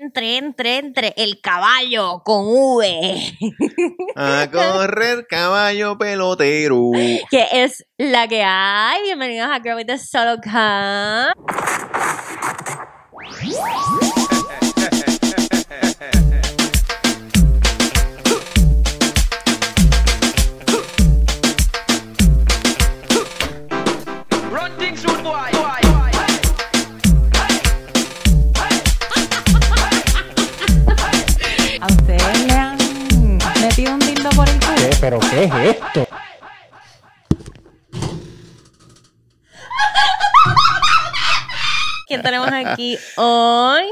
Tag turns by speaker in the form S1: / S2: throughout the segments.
S1: entre, entre, entre el caballo con V,
S2: A correr caballo pelotero.
S1: que es la que hay. Bienvenidos a Girl with the Solo Cup.
S3: Run things rude boy. Boy, boy.
S4: ¿A ustedes le han metido Mm, un dildo por el culo?
S5: ¿Qué? ¿Pero qué es esto?
S1: ¿Quién tenemos aquí hoy?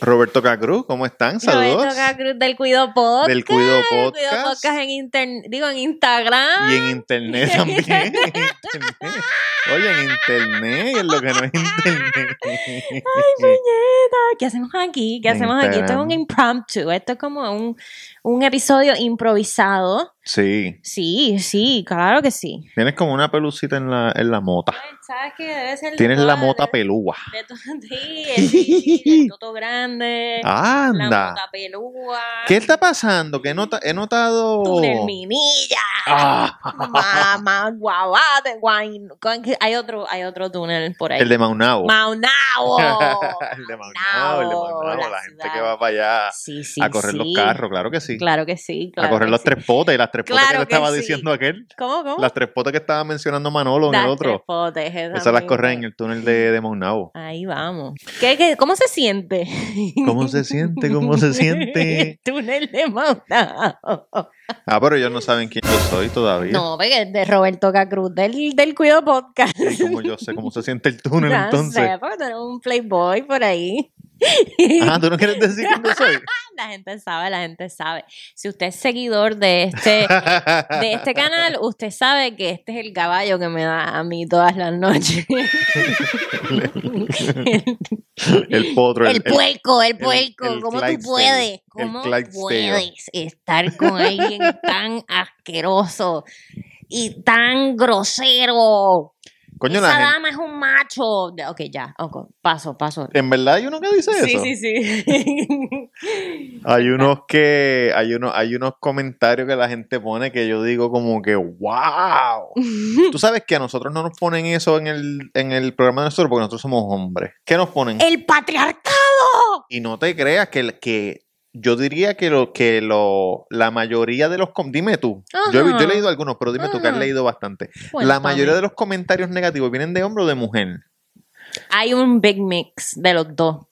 S2: Roberto Cacruz, ¿cómo están? Saludos.
S1: Roberto Cacruz del Cuido Podcast.
S2: Del Cuido
S1: Cuido
S2: Podcast.
S1: Podcast en intern- digo en Instagram.
S2: Y en internet también. en internet. Oye, en internet, en lo que no es internet.
S1: Ay, puñeta, ¿Qué hacemos aquí? ¿Qué
S2: En
S1: hacemos aquí? Esto es
S2: Instagram.
S1: un impromptu. Esto es como un, un episodio improvisado.
S2: Sí,
S1: Sí, sí, claro que sí.
S2: tienes como una pelucita en la, en la mota.
S1: ¿Sabes qué? Debe ser de
S2: Tienes
S1: toda-
S2: la mota pelúa.
S1: de to- sí, el- sí, el toto grande. La
S2: Anda.
S1: mota pelúa.
S2: ¿Qué está pasando? Que he, nota- he notado.
S1: Túnel Minilla.
S2: Ah,
S1: Mamá, guabate, guay. con- Hay otro, hay otro túnel por ahí.
S2: el de Maunao.
S1: Maunao.
S2: el de Maunao, el de Maunao. La,
S1: la
S2: gente
S1: ciudad.
S2: que va para allá
S1: Sí, sí,
S2: a correr
S1: sí.
S2: los carros, claro que sí.
S1: Claro que sí.
S2: a
S1: claro
S2: correr
S1: que
S2: los
S1: sí.
S2: tres potes, las tres potes
S1: Claro
S2: que le
S1: que
S2: estaba
S1: sí. Oh.
S2: diciendo aquel.
S1: ¿Cómo, cómo?
S2: Las tres potes que estaba mencionando Manolo en
S1: Las
S2: el otro.
S1: trepotes,
S2: Esas las
S1: misma.
S2: corren en el túnel de, de Maunao.
S1: Ahí vamos. ¿Qué, qué, cómo se siente?
S2: ¿Cómo se siente? ¿Cómo se siente?
S1: Túnel de Maunao.
S2: Ah, pero ellos no saben quién yo soy todavía.
S1: No, porque es de Roberto Cacruz, del, del Cuido Podcast.
S2: Y como yo sé cómo se siente el túnel
S1: Ya
S2: entonces.
S1: sé, porque tú eres un playboy por ahí.
S2: Ah, ¿tú no quieres decir quién yo soy?
S1: La gente sabe, la gente sabe. Si usted es seguidor de este, de este canal, usted sabe que este es el caballo que me da a mí todas las noches.
S2: El potro.
S1: El puerco, el
S2: el-
S1: puerco,
S2: el
S1: ¿cómo tú
S2: Clydesdale,
S1: puedes?
S2: el
S1: ¿Cómo
S2: Clydesdale.
S1: puedes estar con alguien tan asqueroso y tan grosero?
S2: Coño, la
S1: Esa
S2: gente.
S1: dama es un macho. Ya, Ok, ya, ok, paso, paso.
S2: En verdad hay uno que dice eso.
S1: Sí, sí, sí.
S2: Hay unos que, hay unos, hay unos comentarios que la gente pone que yo digo como que, wow. Tú sabes que a nosotros no nos ponen eso en el, en el programa de nosotros porque nosotros somos hombres. ¿Qué nos ponen?
S1: ¡El patriarcado!
S2: Y no te creas que, el- que yo diría que lo, que lo, la mayoría de los com- dime tú. Yo he, vi- yo he
S1: Ajá.
S2: leído algunos, pero dime tú que has
S1: Ajá.
S2: leído bastante. la
S1: Cuéntame.
S2: mayoría de los comentarios negativos vienen de hombre o de mujer.
S1: Hay un big mix de los dos.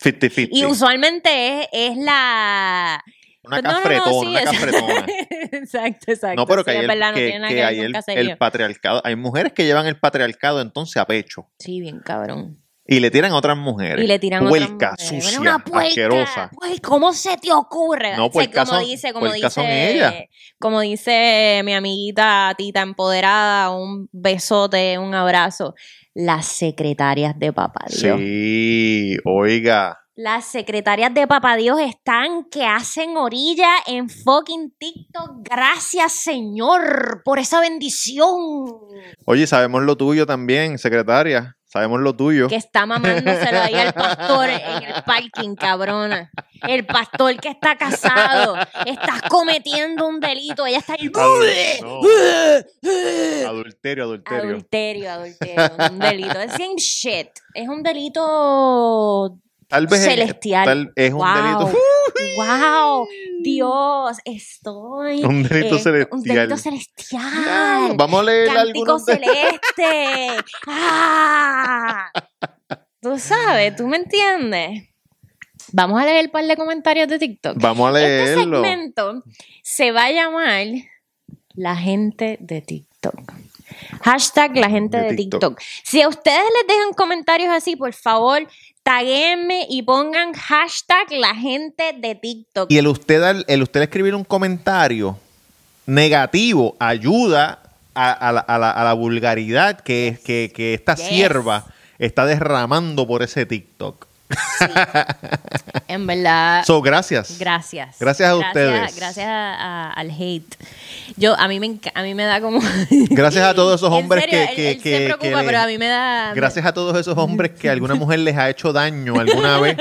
S2: 50-50.
S1: Y usualmente es, es la...
S2: Una
S1: No, no, no,
S2: cafretona,
S1: sí,
S2: una
S1: es-
S2: cafretona.
S1: exacto, exacto.
S2: No, pero que
S1: sí,
S2: hay,
S1: es
S2: el,
S1: verdad, no
S2: que-
S1: tiene nada
S2: que
S1: ver
S2: hay
S1: con
S2: el-
S1: caserío.
S2: el patriarcado. Hay mujeres que llevan el patriarcado entonces a pecho
S1: Sí, bien cabrón.
S2: y le tiran a otras mujeres.
S1: Y le tiran otra
S2: puerca,
S1: mujer. Bueno,
S2: sucia,
S1: una puerca.
S2: asquerosa.
S1: Uy, ¿Cómo se te ocurre?
S2: No,
S1: O sea,
S2: puercas
S1: como
S2: son-
S1: dice, como dice,
S2: puercas son ellas.
S1: como dice mi amiguita Tita empoderada, un besote, un abrazo. Las secretarias de Papá Dios.
S2: Sí, oiga.
S1: Las secretarias de Papá Dios están que hacen orilla en fucking TikTok. Gracias, Señor, por esa bendición.
S2: Oye, sabemos lo tuyo también, secretaria. Sabemos lo tuyo.
S1: que está mamándoselo ahí al pastor en el parking, cabrona. El pastor que está casado. Estás cometiendo un delito. Ella está ahí.
S2: Adul- no. Adulterio, adulterio.
S1: Adulterio, adulterio. Un delito. Es same shit. Es un delito.
S2: Tal vez es-
S1: celestial.
S2: tal- es un
S1: wow.
S2: delito.
S1: Wow. Dios, estoy. eh,
S2: Un delito
S1: Un
S2: celestial.
S1: delito celestial.
S2: Vamos a leer
S1: Cántico
S2: algunos de-
S1: celeste. ¡Ah! Tú sabes, tú me entiendes. Vamos a leer un par de comentarios de TikTok.
S2: Vamos a
S1: Este
S2: leerlo.
S1: segmento se va a llamar La gente de TikTok. Hashtag la gente
S2: De
S1: de,
S2: TikTok.
S1: TikTok. Si a ustedes les dejan comentarios así, por favor, taguenme y pongan hashtag la gente de TikTok.
S2: Y el usted, al- el usted escribir un comentario negativo ayuda a, a la, a la- a la vulgaridad que, que, que esta
S1: Yes.
S2: sierva está derramando por ese TikTok.
S1: En verdad.
S2: So, gracias.
S1: Gracias.
S2: Gracias a ustedes.
S1: Gracias a- a- al hate. Yo, a mí me, enca- a mí me da como...
S2: Gracias a todos esos
S1: En
S2: hombres
S1: serio,
S2: que-
S1: él-
S2: que-
S1: él
S2: que-
S1: se preocupa,
S2: que-
S1: pero a mí me da...
S2: Gracias a todos esos hombres que alguna mujer les ha hecho daño alguna vez.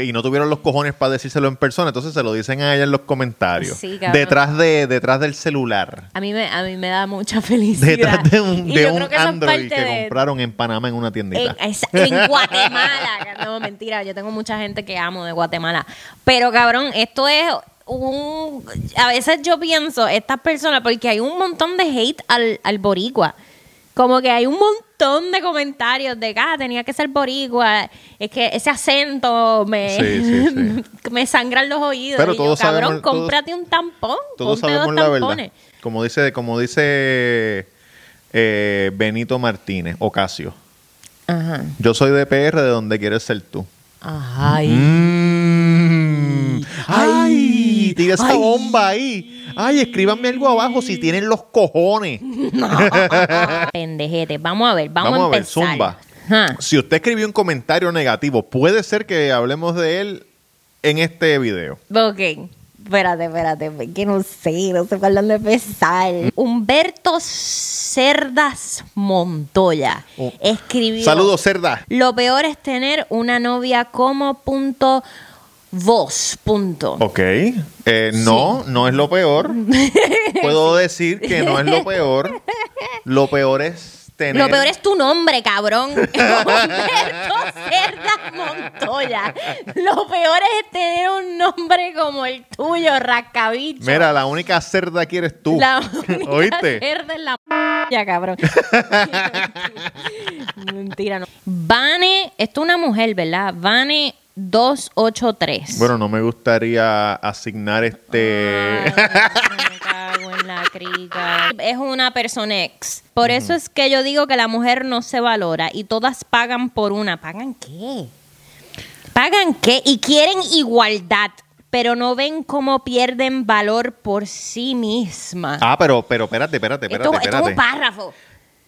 S2: y no tuvieron los cojones para decírselo en persona, entonces se lo dicen a ella en los comentarios.
S1: Sí, cabrón.
S2: detrás, de, detrás del celular.
S1: A mí me, a mí me da mucha felicidad.
S2: Detrás de un,
S1: Y
S2: de
S1: yo
S2: un
S1: creo que eso es
S2: Android
S1: parte
S2: que
S1: de-
S2: compraron en Panamá en una tiendita.
S1: En, es- en Guatemala. No, mentira. Yo tengo mucha gente que amo de Guatemala. Pero, cabrón, esto es un... A veces yo pienso, estas personas, porque hay un montón de hate al, al boricua. Como que hay un montón de comentarios de que ah, tenía que ser boricua. Es que ese acento me,
S2: Sí, sí, sí.
S1: me sangran los oídos.
S2: Pero
S1: Y yo,
S2: todos
S1: cabrón,
S2: sabemos- todos-
S1: cómprate un tampón.
S2: Todos
S1: ponte dos
S2: sabemos la
S1: tampones.
S2: verdad. Como dice, como dice eh, Benito Martínez, Ocasio.
S1: Ajá.
S2: Yo soy de PR de donde quieres ser tú.
S1: Ajá. y-
S2: Mm. ¡Ay! Tira esa
S1: Ay.
S2: bomba ahí. ¡Ay! Escríbanme algo abajo si tienen los cojones.
S1: Pendejete. Ah, Vamos a ver, vamos,
S2: Vamos a ver,
S1: empezar.
S2: zumba.
S1: Ajá.
S2: Si usted escribió un comentario negativo, puede ser que hablemos de él en este video.
S1: Ok. Espérate, espérate, que no sé, no sé por dónde empezar.
S2: Mm.
S1: Humberto Cerdas Montoya
S2: Oh.
S1: escribió...
S2: Saludos, cerda.
S1: Lo peor es tener una novia como punto vos, punto.
S2: Ok. Eh, no, no es lo peor. Puedo decir que no es lo peor. Lo peor es tener.
S1: Lo peor es tu nombre, cabrón. Humberto Cerdas Montoya. Lo peor es tener un nombre como el tuyo, rascabicho.
S2: Mira, la única cerda que eres tú.
S1: La única
S2: ¿Oíste?
S1: cerda es la p- ya, cabrón. Mentira, no. Vane, esto es una mujer, ¿verdad? Vane 283.
S2: Bueno, no me gustaría asignar este.
S1: Ay, me cago en la crica. Es una persona ex. Por eso es que yo digo que la mujer no se valora y todas pagan por una. ¿Pagan qué? ¿Pagan qué? Y quieren igualdad, pero no ven cómo pierden valor por sí mismas.
S2: Ah, pero, pero, espérate, espérate, espérate,
S1: esto, esto es
S2: espérate.
S1: un párrafo.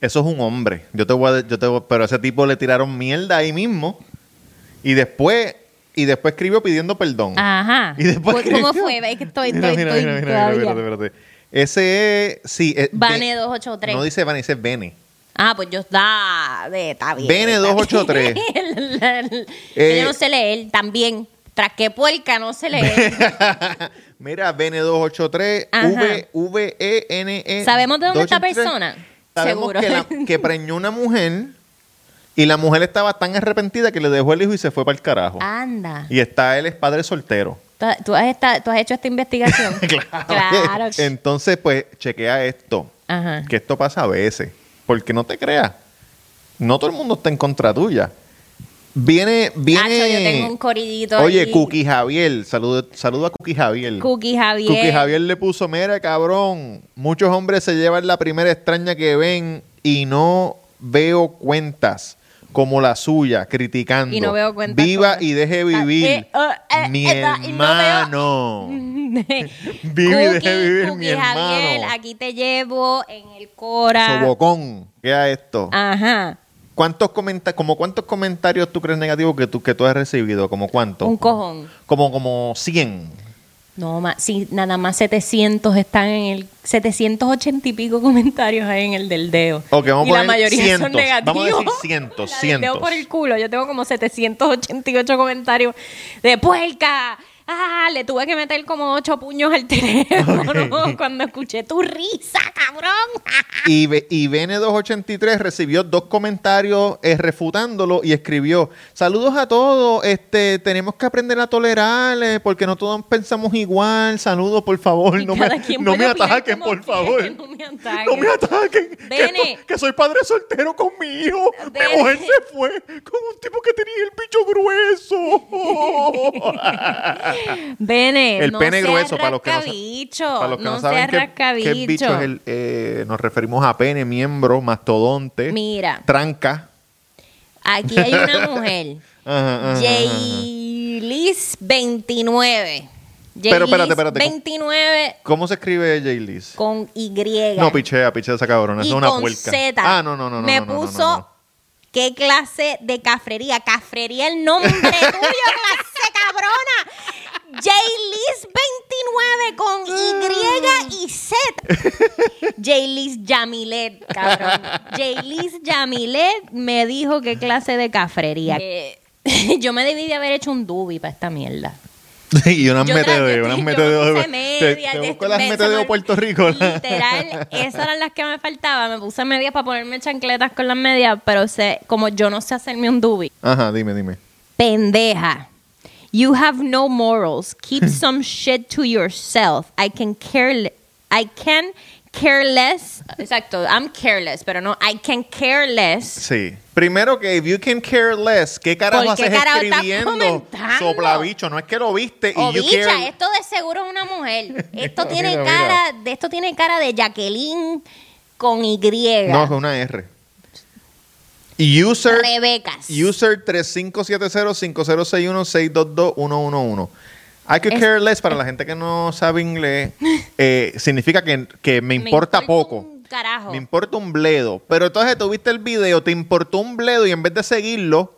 S2: Eso es un hombre. Yo te voy a, yo te voy- pero a ese tipo le tiraron mierda ahí mismo. Y después, y después escribió pidiendo perdón.
S1: Ah, Ajá.
S2: Y después
S1: ¿Cómo
S2: escribió-
S1: fue? Es que estoy,
S2: Mira,
S1: estoy,
S2: mira,
S1: estoy
S2: mira, mira, mira,
S1: todavía.
S2: espérate, espérate. Ese es, sí, es
S1: Vane
S2: Ve-
S1: 283.
S2: No dice Vane, dice Bene.
S1: Ah, pues yo está, de- está bien.
S2: Bene
S1: está
S2: 283.
S1: bien. El- el-
S2: Eh.
S1: Yo no sé leer también. Tras que puerca no sé leer.
S2: Mira, Bene 283,
S1: Ajá.
S2: V, V, E, N, E.
S1: ¿Sabemos de dónde esta
S2: 283.
S1: persona?
S2: Sabemos
S1: Seguro.
S2: Que, la- que preñó una mujer y la mujer estaba tan arrepentida que le dejó el hijo y se fue para el carajo.
S1: Ah. Anda.
S2: Y está él es padre soltero.
S1: ¿Tú has- ¿Tú has, esta- tú has hecho esta investigación? claro.
S2: Entonces, pues, chequea esto.
S1: Ajá.
S2: Que esto pasa a veces. Porque no te creas. No todo el mundo está en contra tuya. Viene, viene.
S1: Acho, yo tengo un corillito
S2: Oye,
S1: ahí.
S2: Cookie Javier. Saludo, saludo a Cookie Javier.
S1: Cookie Javier.
S2: Cookie Javier le puso, mira, cabrón, muchos hombres se llevan la primera extraña que ven y no veo cuentas como la suya, criticando.
S1: Y no veo cuentas
S2: Viva
S1: como-
S2: y deje
S1: Eh,
S2: vivir.
S1: oh, eh,
S2: mi
S1: eh, da- y no veo-
S2: hermano. Vive y
S1: Vive
S2: deje vivir, mi
S1: Javier,
S2: hermano.
S1: aquí te llevo en el Cora.
S2: Sobocón. ¿Qué a esto?
S1: Ajá.
S2: ¿Cuántos comenta como cuántos comentarios tú crees negativos que tú, que tú has recibido? ¿Como cuántos?
S1: Un cojón.
S2: Como, como 100.
S1: No, más, sí, nada más 700 están en el 780 y pico comentarios ahí en el del dedo.
S2: Ok, vamos a
S1: y la
S2: poner
S1: mayoría son
S2: cientos.
S1: negativos.
S2: Vamos a decir cientos,
S1: La del
S2: cientos.
S1: dedo por el culo. Yo tengo como 788 comentarios de puerca. Ah, le tuve que meter como ocho puños al teléfono
S2: Ok.
S1: cuando escuché tu risa, cabrón.
S2: Y, B- y BN283 recibió dos comentarios eh, refutándolo y escribió: Saludos a todos, este, tenemos que aprender a tolerar eh, porque no todos pensamos igual. Saludos, por favor,
S1: Y
S2: no me,
S1: cada quien
S2: no
S1: puede
S2: me
S1: opinar
S2: ataquen,
S1: como
S2: por
S1: quiera,
S2: favor.
S1: que no me ataquen.
S2: No me ataquen, que,
S1: Bene.
S2: esto- que soy padre soltero con mi hijo.
S1: Bene.
S2: Mi mujer se fue con un tipo que tenía el bicho grueso.
S1: Bene,
S2: El
S1: no seas
S2: pene grueso, para los que no sa-
S1: rascabicho,
S2: Para los que no,
S1: no
S2: saben
S1: seas
S2: qué, qué
S1: rascabicho.
S2: bicho es el, eh, nos referimos a pene, miembro, mastodonte,
S1: Mira,
S2: tranca.
S1: aquí hay una mujer.
S2: Ajá, ajá, ajá.
S1: Jaylis 29.
S2: Pero espérate,
S1: Jaylis
S2: espérate, ¿cómo?
S1: 29
S2: ¿Cómo se escribe Jaylis?
S1: con Y.
S2: No, pichea, pichea esa cabrona.
S1: Y
S2: Es una
S1: con
S2: puerca.
S1: Z.
S2: Ah, no, no, no. no,
S1: Me
S2: no, no, no,
S1: puso
S2: no.
S1: qué clase de cafrería. Cafrería el nombre tuyo, clase cabrona. Jaylis 29 con Y y Z. Jaylis Yamilet, cabrón. Jaylis Yamilet me dijo qué clase de cafrería. Eh, yo me debí de haber hecho un dubi para esta mierda.
S2: y unas
S1: Yo
S2: metas
S1: tra-
S2: de
S1: yo-
S2: unas
S1: yo
S2: metas
S1: me
S2: de
S1: puse
S2: te,
S1: media,
S2: te
S1: de-
S2: busco las
S1: me-
S2: metas
S1: se
S2: de
S1: me-
S2: Puerto Rico.
S1: Literal, esas eran las que me faltaban. Me puse medias para ponerme chancletas con las medias, pero sé, como yo no sé hacerme un dubi.
S2: Ajá, dime, dime.
S1: Pendeja. You have no morals. Keep some shit to yourself. I can care le- I can care less. Exacto, I'm careless, pero no I can care less.
S2: Sí. Primero que if you can care less, ¿qué carajo
S1: ¿Por qué
S2: haces
S1: carajo estás
S2: escribiendo?
S1: comentando?
S2: Soplabicho, no es que lo viste y
S1: O
S2: you
S1: Oh, bicha,
S2: care.
S1: esto de seguro es una mujer. Esto
S2: Mira,
S1: tiene
S2: mira,
S1: cara, de esto tiene cara de Jacqueline con Y.
S2: No, es una R. User
S1: Rebecas.
S2: User 3570-5061-622-111. I could
S1: Es-
S2: care less, para la gente que no sabe inglés, eh, significa que, que me, importa poco.
S1: un carajo.
S2: Me importa un bledo. Pero entonces tuviste el video, te importó un bledo y en vez de seguirlo,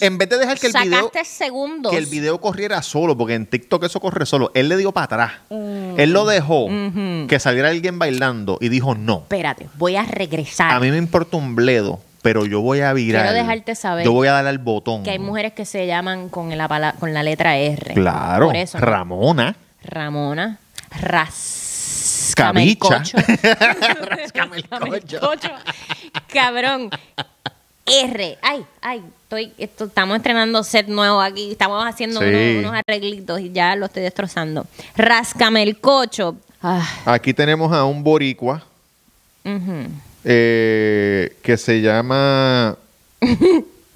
S2: en vez de dejar que el
S1: Sacaste
S2: video
S1: segundos.
S2: que el video corriera solo, porque en TikTok eso corre solo. Él le dio para atrás. Él
S1: Mm.
S2: lo dejó que saliera alguien bailando y dijo no.
S1: Espérate, voy a regresar.
S2: A mí me importa un bledo, pero yo voy a virar.
S1: Ah. Quiero dejarte saber
S2: Yo voy a dar al botón.
S1: Que hay mujeres que se llaman con la, pala- con la letra R.
S2: Claro.
S1: Por eso. ¿no?
S2: Ramona.
S1: Ramona. Ras.
S2: Cabicha.
S1: Rascame el cocho. Cabrón. R. Ay, ay. Estoy, esto- estamos estrenando set nuevo aquí. Estamos haciendo
S2: Sí.
S1: unos, unos arreglitos y ya lo estoy destrozando. Rascame el cocho. Ah,
S2: Aquí tenemos a un boricua
S1: ujú.
S2: eh, que se llama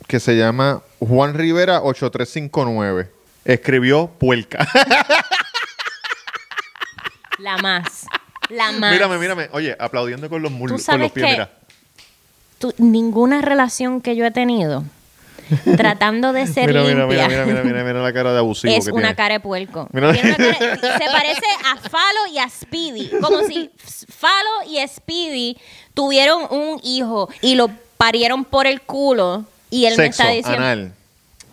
S2: que se llama Juan Rivera 8359. Escribió puerca.
S1: La más. La más.
S2: mírame, mírame. Oye, aplaudiendo con los muslos, con
S1: sabes
S2: los pies,
S1: que-
S2: mira.
S1: tú- ninguna relación que yo he tenido tratando de ser
S2: Mira, mira,
S1: limpia
S2: mira, mira, mira, mira, mira la cara de abusivo
S1: es
S2: que
S1: una
S2: tiene.
S1: cara de puerco.
S2: Mira.
S1: Tiene una cara- se parece a Falo y a Speedy. Como si Falo y Speedy tuvieron un hijo y lo parieron por el culo y él me
S2: Sexo,
S1: está diciendo
S2: anal.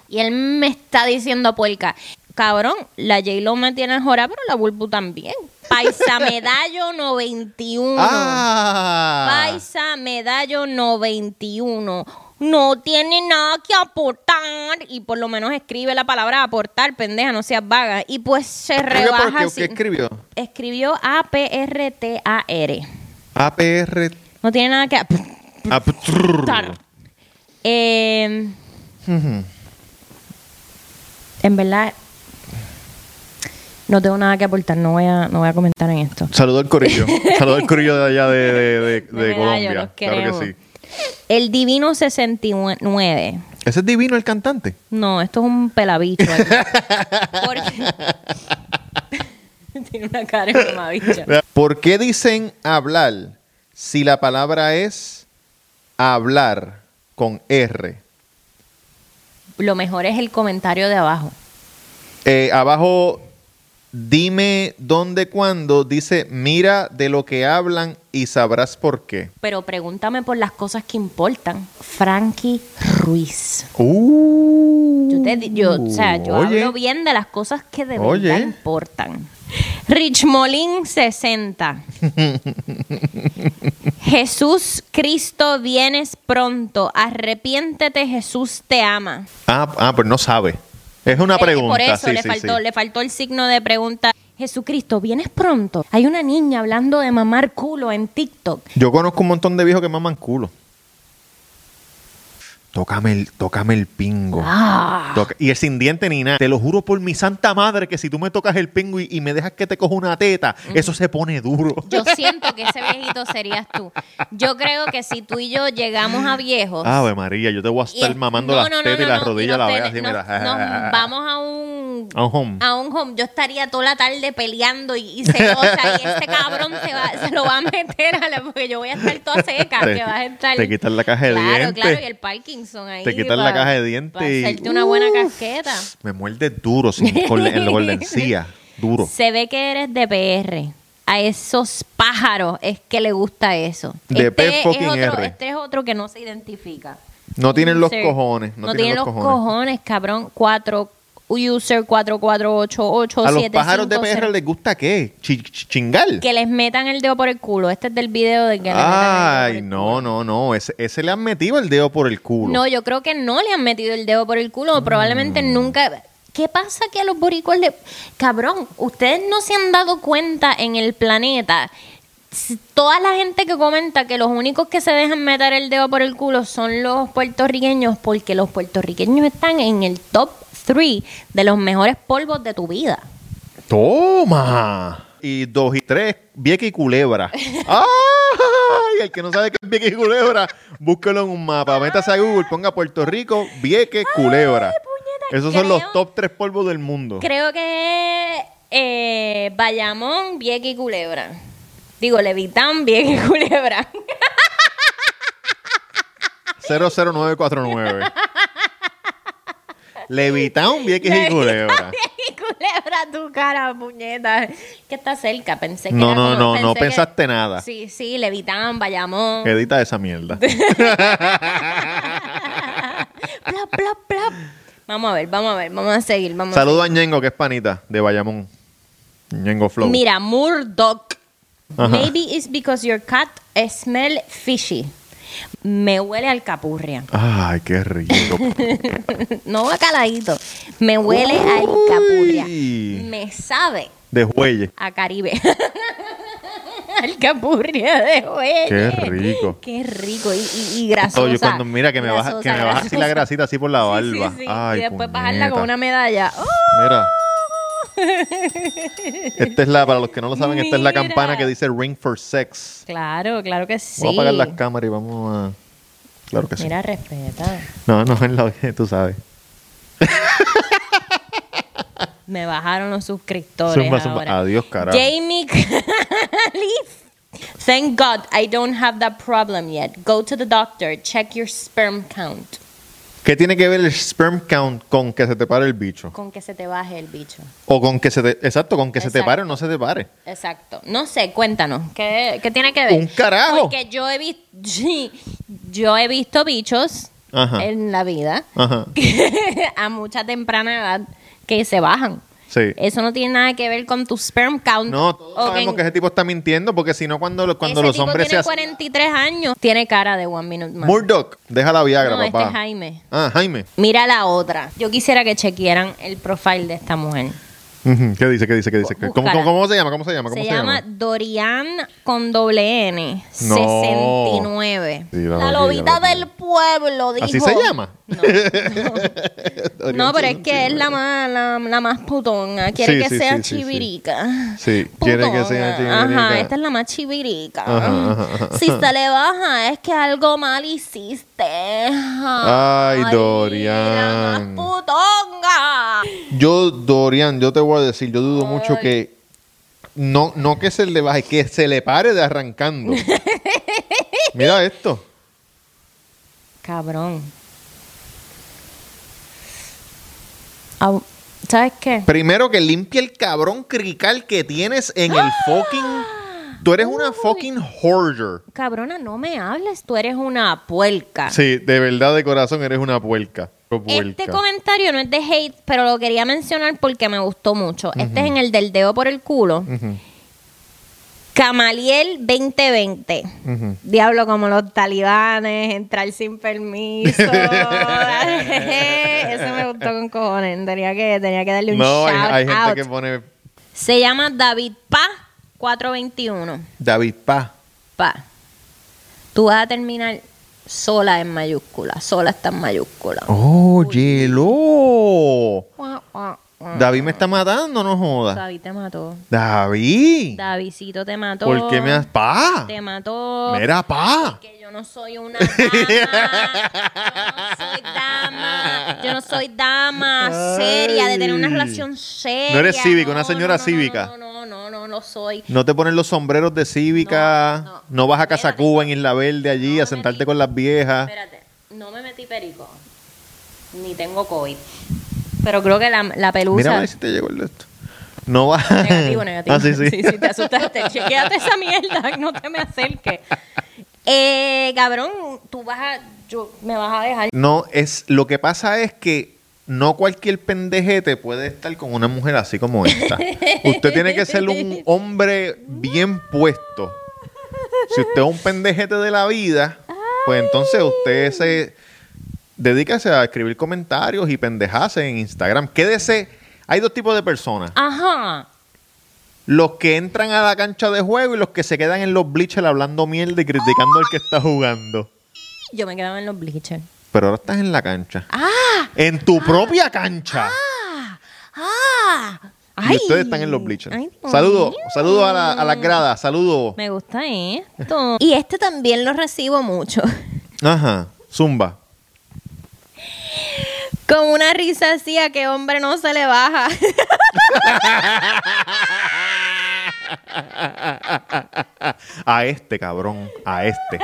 S1: y él me está diciendo puerca. Cabrón, la J-Lo me tiene jora, pero la Bulbu también. Paisa Medallo 91.
S2: ¡Ah!
S1: Paisa Medallo 91. No tiene nada que aportar. Y por lo menos escribe la palabra aportar, pendeja, no seas vaga. Y pues se
S2: Creo que
S1: rebaja
S2: porque-
S1: así.
S2: ¿Qué escribió?
S1: Escribió A-P-R-T-A-R.
S2: APR.
S1: No tiene nada que aportar.
S2: aptrrr.
S1: Eh,
S2: Ujú.
S1: en verdad, no tengo nada que aportar. No voy a, no voy a comentar en esto.
S2: Saludo al corillo. Saludo al corillo de allá de, de- de- de
S1: Medallo, los
S2: Colombia. Claro
S1: queremos.
S2: que sí.
S1: El Divino 69.
S2: Ese es divino el cantante.
S1: No, esto es un pelabicho. aquí. Porque- Tiene una cara de mamabicha.
S2: ¿Por qué dicen hablar si la palabra es hablar con R?
S1: Lo mejor es el comentario de abajo.
S2: Eh, abajo, dime dónde, cuándo, dice mira de lo que hablan y sabrás por qué.
S1: Pero pregúntame por las cosas que importan. Frankie Ruiz.
S2: Uh.
S1: Yo, te di- yo, o sea, yo
S2: Oye.
S1: hablo bien de las cosas que de verdad
S2: Oye.
S1: importan. Rich Molin 60. Jesús Cristo vienes pronto. Arrepiéntete, Jesús te ama.
S2: Ah, ah, pero no sabe. Es una
S1: Eh,
S2: pregunta.
S1: Por eso
S2: sí,
S1: le,
S2: sí,
S1: faltó,
S2: sí.
S1: le faltó el signo de pregunta. Jesucristo, ¿vienes pronto? Hay una niña hablando de mamar culo en TikTok.
S2: Yo conozco un montón de viejos que maman culo. Tócame el, tócame el pingo.
S1: Ah.
S2: Toca- Y el sin diente ni nada. Te lo juro por mi santa madre que si tú me tocas el pingo y, y me dejas que te coja una teta, eso se pone duro.
S1: Mm. Yo siento que ese viejito serías tú. Yo creo que si tú y yo llegamos a viejos.
S2: Ave María, yo te voy a
S1: y es-
S2: Ah, estar mamando
S1: no,
S2: las
S1: no, no,
S2: tetas
S1: no,
S2: y las
S1: no,
S2: rodillas a la
S1: nos
S2: vez
S1: ten-
S2: así,
S1: nos-
S2: mira.
S1: nos vamos a un.
S2: A un home.
S1: A un home. Yo estaría toda la tarde peleando y, y celosa. y este cabrón se, va- se lo va a meter a la. Porque yo voy a estar toda seca.
S2: Te-
S1: que vas a estar.
S2: te quitan la caja de
S1: claro,
S2: dientes.
S1: Claro, y el Parkinson ahí.
S2: Te quitan la caja de dientes
S1: Para
S2: y- ¡Uh!
S1: hacerte una buena casqueta.
S2: Me muerde duro, sin, con, la- en, la- con la encía. Duro.
S1: Se ve que eres de PR. A esos pájaros es que le gusta eso.
S2: De P
S1: es
S2: fucking
S1: otro-
S2: R.
S1: Este es otro que no se identifica.
S2: No tienen los
S1: Sí.
S2: cojones. No, tienen los cojones.
S1: cojones, cabrón. Cuatro user
S2: ¿A los pájaros de PR
S1: 4488750
S2: les gusta qué? Chi- chi- ¿Chingar?
S1: que les metan el dedo por el culo. Este es del video de que le
S2: Ah,
S1: metan el
S2: Ay,
S1: dedo por el
S2: no, no, no. Ese, ese le han metido el dedo por el
S1: culo.
S2: culo.
S1: No, yo creo que no le han metido el dedo por el culo. Probablemente nunca. ¿Qué pasa que a los boricuas le. Cabrón, ustedes no se han dado cuenta en el planeta. S- Toda la gente que comenta que los únicos que se dejan meter el dedo por el culo son los puertorriqueños, porque los puertorriqueños están en el top 3 de los mejores polvos de tu vida.
S2: ¡Toma! Y dos y tres, Vieca y Culebra. ¡Ay! El que no sabe qué es Vieca y Culebra, búsquelo en un mapa. Métase a Google, ponga Puerto Rico, Vieque, Culebra.
S1: puñeta,
S2: Esos son
S1: creo-
S2: los top tres polvos del mundo.
S1: Creo que eh, Bayamón, Vieques y Culebra. Digo, Levitán, Vieques y Culebra.
S2: 00949. Levitown, Vieques y Culebra.
S1: Vieques y Culebra, tu cara, puñeta. Que está cerca, pensé que
S2: No,
S1: era
S2: no,
S1: como-
S2: no, no
S1: pensé que-
S2: pensaste nada. Eh.
S1: Sí, sí, Levitán, Bayamón.
S2: Edita esa mierda.
S1: plop, plop, plop. Vamos a ver, vamos a ver, vamos a seguir, vamos a
S2: Saludo a Ñengo, que es panita de Bayamón. Ñengo Flow.
S1: Mira, Murdoch.
S2: Ajá.
S1: Maybe it's because your cat smell fishy. Me huele al capurria.
S2: Ay, qué rico.
S1: No va caladito. Me huele a alcapurria. Me sabe
S2: De juelle.
S1: a Caribe. alcapurria de huele.
S2: Qué rico.
S1: Qué rico. Y, y, y grasosa.
S2: Oye, cuando mira que me baja,
S1: Grasosa,
S2: que me baja así la
S1: grasosa.
S2: grasita así por la
S1: Sí, sí,
S2: barba.
S1: sí.
S2: Ay,
S1: y después
S2: puñeta.
S1: bajarla con una medalla. ¡Oh!
S2: Mira. Esta es la, para los que no lo saben, esta es la
S1: Mira.
S2: campana que dice Ring for Sex.
S1: Claro, claro que sí.
S2: Voy a apagar las cámaras y vamos a. Claro que sí.
S1: Mira, respeta.
S2: No, no es lo que tú sabes.
S1: Me bajaron los suscriptores.
S2: Zumba, zumba.
S1: ahora.
S2: Adiós, carajo.
S1: Jamie Calif. Thank God I don't have that problem yet. Go to the doctor, check your sperm count.
S2: ¿Qué tiene que ver el sperm count con que se te pare el bicho?
S1: Con que se te baje el bicho.
S2: O con que se te. Exacto, con que se te
S1: Exacto.
S2: pare o no se te pare.
S1: Exacto. No sé, cuéntanos. ¿Qué, qué tiene que ver?
S2: ¡Un carajo!
S1: Porque yo he visto. yo he visto bichos
S2: Ajá.
S1: en la vida
S2: Ajá.
S1: que a mucha temprana edad que se bajan.
S2: Sí.
S1: Eso no tiene nada que ver con tu sperm count.
S2: No, todos
S1: o
S2: sabemos
S1: en-
S2: que ese tipo está mintiendo porque si no, cuando, lo- cuando
S1: ese
S2: los
S1: tipo
S2: hombres se
S1: tiene
S2: hacen.
S1: 43 años. Tiene cara de One Minute Man.
S2: Murdoch, deja la Viagra,
S1: no,
S2: papá.
S1: este es Jaime.
S2: Ah, Jaime.
S1: Mira la otra. Yo quisiera que chequearan el profile de esta mujer.
S2: Ujú, ¿Qué dice? ¿Qué dice? ¿Qué dice? ¿Cómo,
S1: Búscala.
S2: cómo, cómo se llama? ¿Cómo se llama? ¿Cómo
S1: Se
S2: se,
S1: llama Dorian con doble N,
S2: No.
S1: 69.
S2: Sí,
S1: la
S2: la loquilla, la
S1: lobita
S2: loquilla.
S1: del pueblo, dijo.
S2: ¿Así se llama?
S1: No,
S2: no,
S1: No, pero es que es la más, la, la más putona. Quiere
S2: Sí,
S1: que
S2: sí,
S1: sea
S2: sí, sí, sí.
S1: chivirica.
S2: Sí, quiere que
S1: Putona.
S2: sea chivirica.
S1: Ajá, esta es la más chivirica.
S2: Ajá, ajá, ajá.
S1: Si se le baja, es que algo mal hiciste.
S2: Ay, Dorian.
S1: La más putonga.
S2: Yo, Dorian, yo te voy a decir, yo dudo mucho que. No, no que se le baje, que se le pare de arrancando. Mira esto.
S1: Cabrón. Au- ¿Sabes qué?
S2: Primero que limpie el cabrón crical que tienes en el fucking. Tú eres una fucking hoarder.
S1: Cabrona, no me hables, tú eres una puerca.
S2: Sí, de verdad, de corazón, eres una puerca. Puerca.
S1: Ah. Este comentario no es de hate, pero lo quería mencionar porque me gustó mucho. Este es en el del dedo por el culo.
S2: Ujú,
S1: Camaliel 2020.
S2: ujú.
S1: Diablo como los talibanes, entrar sin permiso. Eso me gustó con cojones. Tenía que, tenía que darle un
S2: No, hay,
S1: shout
S2: hay gente
S1: out.
S2: que pone
S1: Se llama David Pa 421.
S2: David Pa.
S1: Pa. Tú vas a terminar sola en mayúscula. Sola está en mayúscula.
S2: ¡Oh, hielo!
S1: Guau, guau, guau.
S2: David me está matando, no joda.
S1: David te mató.
S2: David.
S1: Davidcito te mató.
S2: ¿Por qué me has. Pa?
S1: Te mató.
S2: Mira, pa.
S1: Que yo no soy una dama. yo no soy dama. Yo no soy dama seria, de tener una
S2: Ay.
S1: relación seria.
S2: No eres cívica, una
S1: No,
S2: señora
S1: no, no,
S2: cívica.
S1: No, no, no, no, no, no soy.
S2: No te pones los sombreros de cívica. No,
S1: No, no.
S2: vas a Casa
S1: Espérate.
S2: Cuba en Isla Verde allí
S1: No,
S2: a sentarte
S1: Meli.
S2: con las viejas.
S1: Espérate, no me metí perico. Ni tengo COVID. Pero creo que la, la pelusa.
S2: Mira, a ver si te llegó el de esto. No vas.
S1: Negativo, negativo.
S2: Ah, sí, sí.
S1: sí, te asustaste. Chequéate esa mierda, no te me acerques. Eh, cabrón, tú vas a. Yo, me vas a dejar.
S2: No, es. Lo que pasa es que no cualquier pendejete puede estar con una mujer así como esta. usted tiene que ser un hombre bien puesto. Si usted es un pendejete de la vida, pues entonces usted se dedícase a escribir comentarios y pendejarse en Instagram. Quédese. Hay dos tipos de personas.
S1: Ajá.
S2: Los que entran a la cancha de juego y los que se quedan en los bleachers hablando mierda y criticando al que está jugando.
S1: Yo me quedaba en los bleachers.
S2: Pero ahora estás en la cancha.
S1: ¡Ah!
S2: En tu propia cancha.
S1: ¡Ah! ¡Ah!
S2: Y ustedes están en los bleachers.
S1: Ay, Dios
S2: Saludos,
S1: mío.
S2: saludos a, la- a las gradas, saludos.
S1: Me gusta esto. Y este también lo recibo mucho.
S2: Ajá, zumba.
S1: Con una risa así a que hombre no se le baja.
S2: A este cabrón, a este.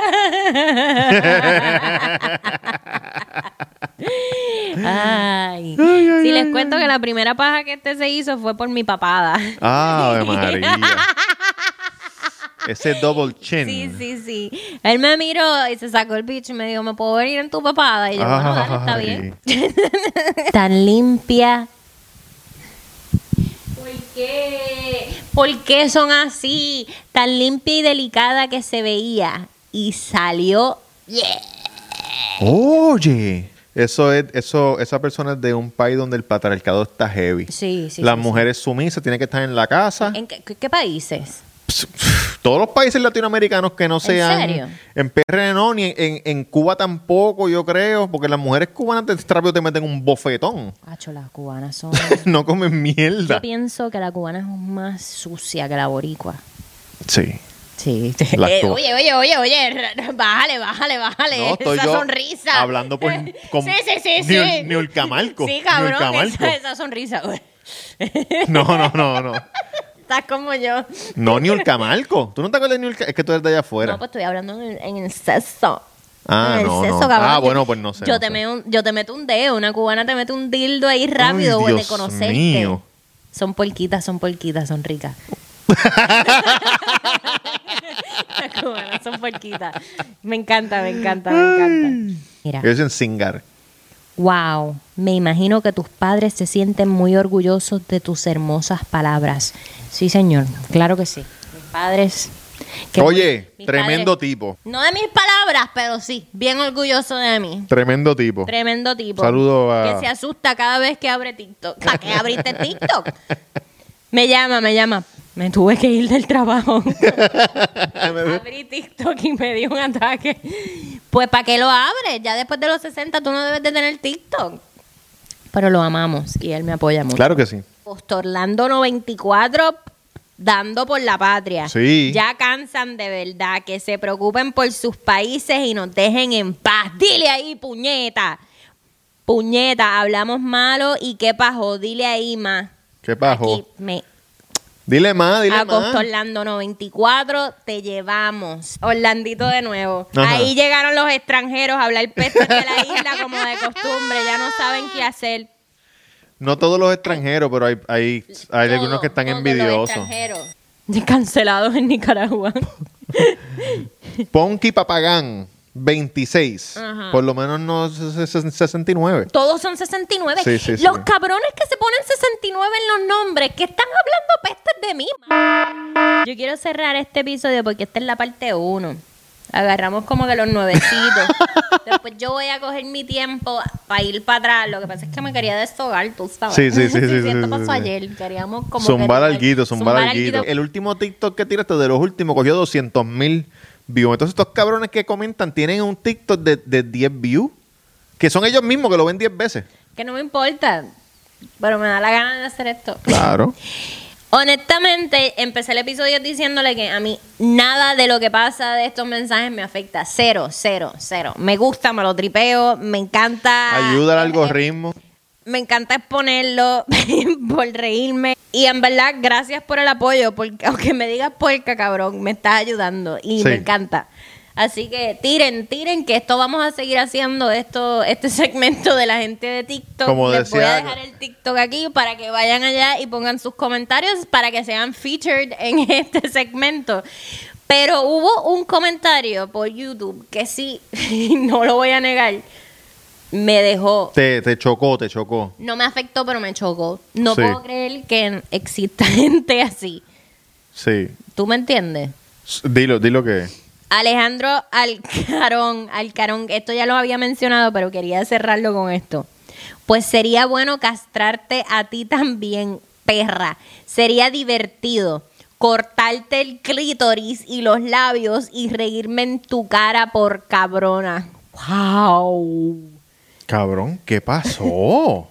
S1: Ay. si les cuento que la primera paja que este se hizo fue por mi papada.
S2: Ave María. Ese double chin.
S1: Sí, sí, sí. Él me miró y se sacó el bicho y me dijo, ¿me puedo venir en tu papada? Y yo, bueno, dale, está
S2: Ay.
S1: bien. Tan limpia. ¿Por qué? ¿Por qué son así? Tan limpia y delicada que se veía. Y salió... Yeah.
S2: Oye, eso es, eso, esa persona es de un país donde el patriarcado está heavy.
S1: Sí, sí.
S2: Las
S1: sí, sí.
S2: mujeres sumisas tienen que estar en la casa.
S1: ¿En qué, qué- qué países?
S2: Pss, pff, Todos los países latinoamericanos que no sean.
S1: serio?
S2: En PR no, ni en, en Cuba tampoco, yo creo, porque las mujeres cubanas te, rápido te meten un bofetón.
S1: Acho, las cubanas son...
S2: no comen
S1: Yo
S2: mierda.
S1: pienso que la cubana es más sucia que la boricua.
S2: Sí.
S1: Sí. Eh,
S2: La cuba-
S1: oye, oye, oye, oye, r- r- bájale, bájale, bájale.
S2: No, estoy
S1: esa
S2: yo
S1: sonrisa.
S2: hablando por- con
S1: sí, sí, sí, sí.
S2: Niul- Niulcamalco,
S1: Sí, cabrón,
S2: Niulcamalco.
S1: esa, esa sonrisa. güey.
S2: No, no, no, no.
S1: Estás como yo.
S2: No, ni Ulcamalco. ¿Tú no te acuerdas de Niulca? Es que tú eres de allá afuera.
S1: No, pues estoy hablando en, en el sexo.
S2: Ah,
S1: En el
S2: no,
S1: sexo,
S2: no.
S1: cabrón.
S2: Ah,
S1: Yo-
S2: bueno, pues no sé,
S1: Yo,
S2: no
S1: te
S2: sé.
S1: me- un- yo te meto un dedo, una cubana te mete un dildo ahí rápido, güey, de
S2: Dios
S1: conocerte.
S2: mío.
S1: Son porquitas, son porquitas, son ricas. Las cubanas son porquitas. Me encanta, me encanta, me encanta. Mira.
S2: Ellos en Singar.
S1: Wow, me imagino que tus padres se sienten muy orgullosos de tus hermosas palabras. Sí, señor, claro que sí. Mis padres. que-
S2: Oye,
S1: mis
S2: tremendo
S1: padres-
S2: tipo.
S1: No de mis palabras, pero sí, bien orgulloso de mí.
S2: Tremendo tipo.
S1: Tremendo tipo.
S2: Saludo a-
S1: Que se asusta cada vez que abre TikTok. ¿Para qué abriste TikTok? me llama, me llama. Me tuve que ir del trabajo. Abrí TikTok y me dio un ataque. Pues, ¿para qué lo abres? Ya después de los 60 tú no debes de tener TikTok. Pero lo amamos y él me apoya mucho.
S2: claro que sí.
S1: Postorlando 94 dando por la patria.
S2: Sí.
S1: Ya cansan de verdad que se preocupen por sus países y nos dejen en paz. Dile ahí, puñeta. Puñeta, hablamos malo y qué pajo. Dile ahí más.
S2: Qué pajo.
S1: Aquí me
S2: Dile más, dile
S1: Acosta
S2: más.
S1: Orlando 94, te llevamos. Orlandito de nuevo.
S2: Ajá.
S1: Ahí llegaron los extranjeros a hablar pestes de la isla como de costumbre. Ya no saben qué hacer.
S2: No todos los extranjeros, pero hay, hay, hay
S1: Todo,
S2: algunos que están
S1: todos los
S2: envidiosos.
S1: extranjeros. Cancelados en Nicaragua.
S2: Ponky Papagán, 26.
S1: Ajá.
S2: Por lo menos no se- se- se- 69.
S1: Todos son 69.
S2: Sí, sí, sí.
S1: los cabrones que se ponen 69 en los nombres, que están hablando pestes de mí. ma- Yo quiero cerrar este episodio porque esta es la parte 1. Agarramos como que los nuevecitos. Después yo voy a coger mi tiempo para ir para atrás. Lo que pasa es que me quería deshogar, tú sabes.
S2: Sí, sí, sí, sí, sí,
S1: esto
S2: sí,
S1: pasó
S2: sí.
S1: ayer. Queríamos como.
S2: zumbar
S1: que-
S2: alguito, zumbar, alguito.
S1: alguito.
S2: El último TikTok que tiraste de los últimos cogió 200 mil views. Entonces estos cabrones que comentan tienen un TikTok de, de 10 views, que son ellos mismos que lo ven 10 veces.
S1: Que no me importa. Pero me da la gana de hacer esto.
S2: Claro.
S1: Honestamente, empecé el episodio diciéndole que a mí nada de lo que pasa de estos mensajes me afecta. Cero, cero, cero. Me gusta, me lo tripeo, me encanta.
S2: Ayuda al
S1: Eh, eh,
S2: algoritmo.
S1: Me encanta exponerlo por reírme. Y en verdad, gracias por el apoyo, porque aunque me digas puerca, cabrón, me estás ayudando y
S2: Sí.
S1: me encanta. Así que tiren, tiren, que esto vamos a seguir haciendo, esto este segmento de la gente de TikTok.
S2: Como
S1: Les voy
S2: decía-
S1: a dejar el TikTok aquí para que vayan allá y pongan sus comentarios para que sean featured en este segmento. Pero hubo un comentario por YouTube que sí, no lo voy a negar, me dejó.
S2: Te, te chocó, te chocó.
S1: No me afectó, pero me chocó. No
S2: Sí.
S1: puedo creer que exista gente así.
S2: Sí.
S1: ¿Tú me entiendes?
S2: S- Dilo, dilo que.
S1: Alejandro Alcarón, Alcarón, esto ya lo había mencionado, pero quería cerrarlo con esto. Pues sería bueno castrarte a ti también, perra. Sería divertido cortarte el clítoris y los labios y reírme en tu cara por cabrona. ¡Wow!
S2: Cabrón, ¿qué pasó?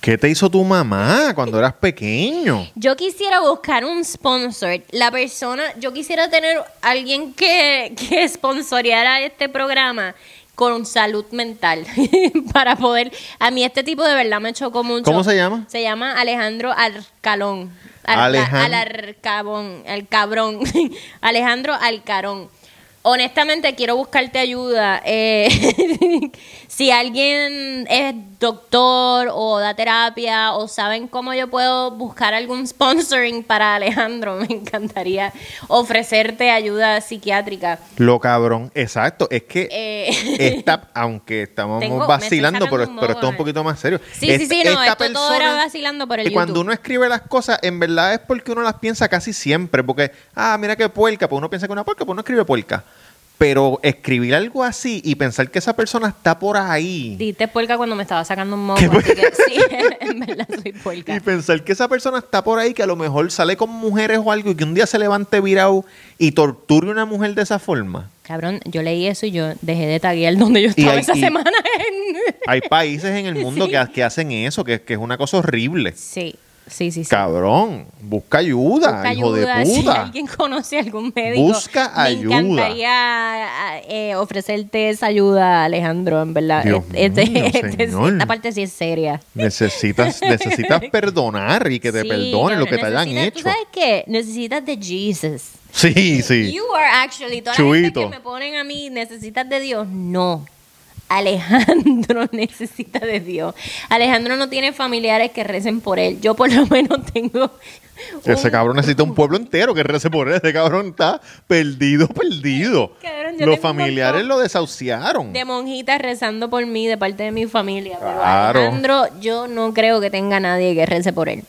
S2: ¿Qué te hizo tu mamá cuando eras pequeño?
S1: Yo quisiera buscar un sponsor. La persona, yo quisiera tener alguien que, que sponsoreara este programa con salud mental para poder. A mí este tipo de verdad me chocó mucho.
S2: ¿Cómo se llama?
S1: Se llama Alejandro Arcalón. Arca-
S2: Alejan-
S1: Alarcabón, al cabrón. Alejandro Alcarón. Honestamente, quiero buscarte ayuda. Eh, si alguien es doctor o da terapia o saben cómo yo puedo buscar algún sponsoring para Alejandro, me encantaría ofrecerte ayuda psiquiátrica.
S2: Lo cabrón, exacto. Es que
S1: Eh,
S2: esta, aunque estamos
S1: Tengo- me estoy
S2: vacilando, pero,
S1: sacando un
S2: pero esto es un
S1: moco,
S2: poquito más serio.
S1: Sí, sí, sí, no, esto todo era vacilando por el
S2: Y cuando
S1: YouTube.
S2: uno escribe las cosas, en verdad es porque uno las piensa casi siempre. Porque, ah, mira qué puerca, pues uno piensa que una puerca, pues uno escribe puerca. Pero escribir algo así y pensar que esa persona está por ahí.
S1: Dijiste puerca cuando me estaba sacando un moco,
S2: ¿Qué
S1: así que sí, en verdad soy puerca.
S2: Y pensar que esa persona está por ahí, que a lo mejor sale con mujeres o algo y que un día se levante virado y torture a una mujer de esa forma.
S1: Cabrón, yo leí eso y yo dejé de taguear donde yo
S2: Y
S1: estaba
S2: hay-
S1: esa
S2: y-
S1: semana. en-
S2: Hay países en el mundo que, que hacen eso, que, que es una cosa horrible.
S1: Sí, sí, sí. sí.
S2: Cabrón, busca ayuda,
S1: Busca
S2: hijo de
S1: Si
S2: puta.
S1: alguien conoce a algún médico,
S2: Busca
S1: me
S2: ayuda.
S1: encantaría eh, ofrecerte esa ayuda, Alejandro, en verdad. E,
S2: Dios
S1: Es- es-
S2: mío,
S1: es- es-
S2: señor.
S1: este, esta parte sí es seria.
S2: Necesitas, necesitas perdonar y que te
S1: Sí,
S2: perdonen lo
S1: cabrón,
S2: que te hayan
S1: necesitas-
S2: hecho.
S1: ¿Tú sabes qué? Necesitas de Jesus.
S2: Sí, sí.
S1: You are actually. Toda la gente
S2: Chuito.
S1: que me ponen a mí, necesitas de Dios. No. Alejandro necesita de Dios. Alejandro no tiene familiares que recen por él. Yo por lo menos tengo.
S2: Ese
S1: un-
S2: cabrón necesita un pueblo entero que rece por él. Ese cabrón está perdido, perdido.
S1: Cabrón, yo tengo
S2: Los
S1: un
S2: familiares
S1: montón
S2: lo desahuciaron.
S1: De monjitas rezando por mí, de parte de mi familia. Pero
S2: Claro.
S1: Alejandro, yo no creo que tenga nadie que rece por él.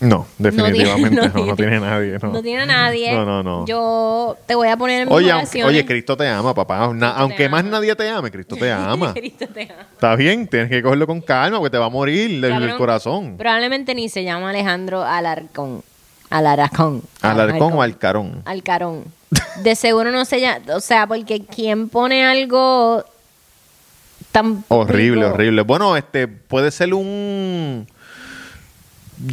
S2: No, definitivamente no,
S1: no
S2: no, tiene,
S1: tiene-
S2: nadie. No.
S1: No tiene a nadie.
S2: No, no, no.
S1: Yo te voy a poner en mis
S2: Oye, aunque,
S1: oraciones.
S2: oye, Cristo te ama, papá. Na-
S1: te
S2: aunque más
S1: ama.
S2: nadie te ame, Cristo te ama.
S1: Cristo te ama.
S2: Está bien, tienes que cogerlo con calma porque te va a morir del,
S1: Cabrón,
S2: del corazón.
S1: Probablemente ni se llama Alejandro Alarcón. Alaracón.
S2: Alarcón o Alcarón.
S1: Alcarón. De seguro no se llama. O sea, porque quien pone algo tan.
S2: Horrible,
S1: rico-
S2: horrible. Bueno, este puede ser un.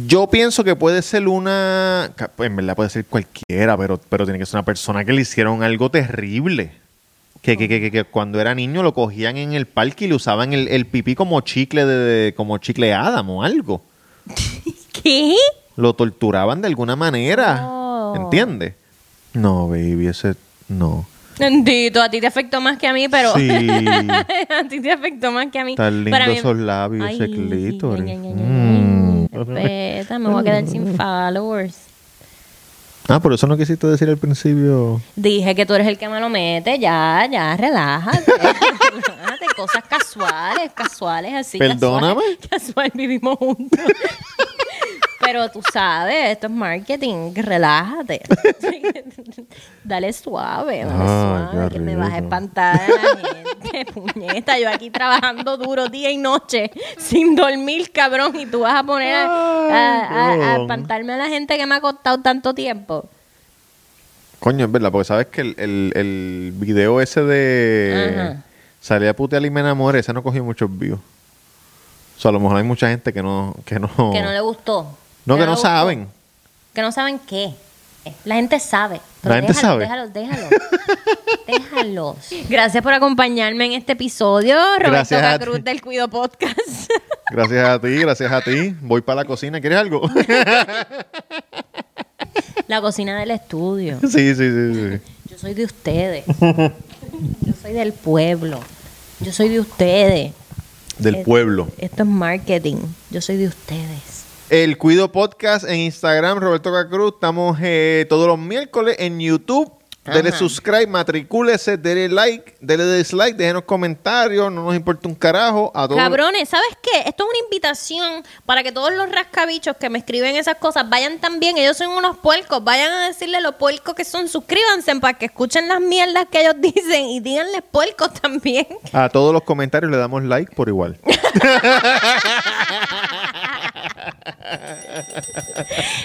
S2: Yo pienso que puede ser una. ca- pues, En verdad puede ser cualquiera, pero, pero tiene que ser una persona que le hicieron algo terrible. Que, que, que, que- que cuando era niño lo cogían en el parque y le usaban el, el pipí como chicle de, de- como chicle Adam o algo.
S1: ¿Qué?
S2: Lo torturaban de alguna manera.
S1: No.
S2: ¿Entiendes? No, baby, ese. No.
S1: Bendito, a ti te afectó más que a mí, pero.
S2: Sí.
S1: a ti te afectó más que a mí.
S2: Tan
S1: Pero a
S2: lindos
S1: mí-
S2: esos labios, ese
S1: Ay,
S2: clítoris.
S1: ay, ay, ay, ay,
S2: Mm.
S1: ay. Respeta, me voy a quedar sin followers.
S2: Ah, por eso no quisiste decir al principio.
S1: Dije que tú eres el que me lo mete, ya, ya, relájate. relájate, cosas casuales, casuales así. casuales.
S2: Perdóname.
S1: Casual, vivimos juntos. Pero tú sabes, esto es marketing, relájate. dale suave, dale
S2: Ay,
S1: suave,
S2: Ah, qué
S1: que me vas a
S2: rico.
S1: espantar a la gente, puñeta. Yo aquí trabajando duro día y noche, sin dormir, cabrón, y tú vas a poner a, a- a- a
S2: cabrón.
S1: espantarme a la gente que me ha costado tanto tiempo.
S2: Coño, es verdad, porque sabes que el, el- el video ese de
S1: Ajá.
S2: Salí a putear y me enamoré, ese no cogió muchos views. O sea, a lo mejor hay mucha gente que no... Que no,
S1: Que no le gustó.
S2: No, que
S1: le
S2: no
S1: gustó.
S2: saben.
S1: Que no saben qué. La gente sabe. pero
S2: La gente
S1: déjalo,
S2: sabe.
S1: Déjalos, déjalos. déjalos. Gracias por acompañarme en este episodio, Roberto
S2: Gracias a ti.
S1: Cacruz del Cuido Podcast.
S2: Gracias a ti, gracias a ti. Voy para la cocina, ¿quieres algo?
S1: La cocina del estudio.
S2: sí, sí, sí, sí.
S1: Yo soy de ustedes. Yo soy del pueblo. Yo soy de ustedes.
S2: Del
S1: Es-
S2: pueblo.
S1: Esto es marketing. Yo soy de ustedes.
S2: El Cuido Podcast en Instagram, Roberto Cacruz. Estamos eh, todos los miércoles en YouTube. Dele subscribe, matricúlese, dele like, dele dislike, déjenos comentarios, no nos importa un carajo. A todos.
S1: Cabrones, ¿sabes qué? Esto es una invitación para que todos los rascabichos que me escriben esas cosas vayan también. Ellos son unos puercos. Vayan a decirle los puercos que son. Suscríbanse para que escuchen las mierdas que ellos dicen y díganles puercos también.
S2: A todos los comentarios le damos like por igual.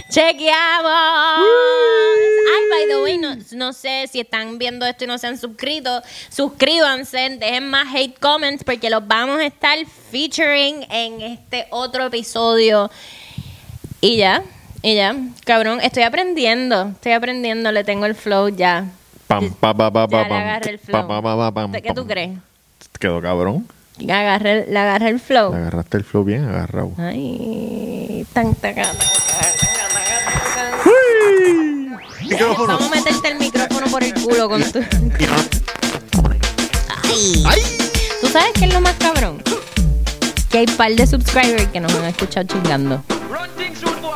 S1: ¡Chequeamos! Ay, by the way, no, no sé si están viendo esto y no se han suscrito. Suscríbanse, dejen más hate comments porque los vamos a estar featuring en este otro episodio. Y ya, y ya. Cabrón, estoy aprendiendo, estoy aprendiendo, le tengo el flow ya.
S2: Pam, pa, pa, pa,
S1: Ya
S2: pa,
S1: le
S2: pam.
S1: agarré el flow.
S2: Pa, pa, pa, pa, pam,
S1: ¿Qué tú
S2: pam.
S1: crees?
S2: Quedó cabrón.
S1: Le agarré, le agarré el flow.
S2: Le agarraste el flow bien agarrado.
S1: Ay, tan, taca, taca, taca, taca, taca. Vamos a meterte el micrófono por el culo con tu. Ay. ¿Tú sabes qué es lo más cabrón? Que hay par de subscribers que nos han escuchado chingando.
S3: Run things rude boy.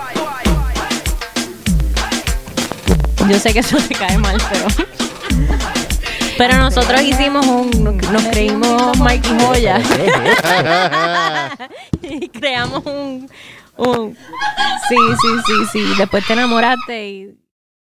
S3: Run
S1: Yo sé que eso te cae mal, pero. Pero nosotros hicimos un. Nos creímos Mikey Moya. y creamos un. un sí, sí, sí, sí. Después te enamoraste y.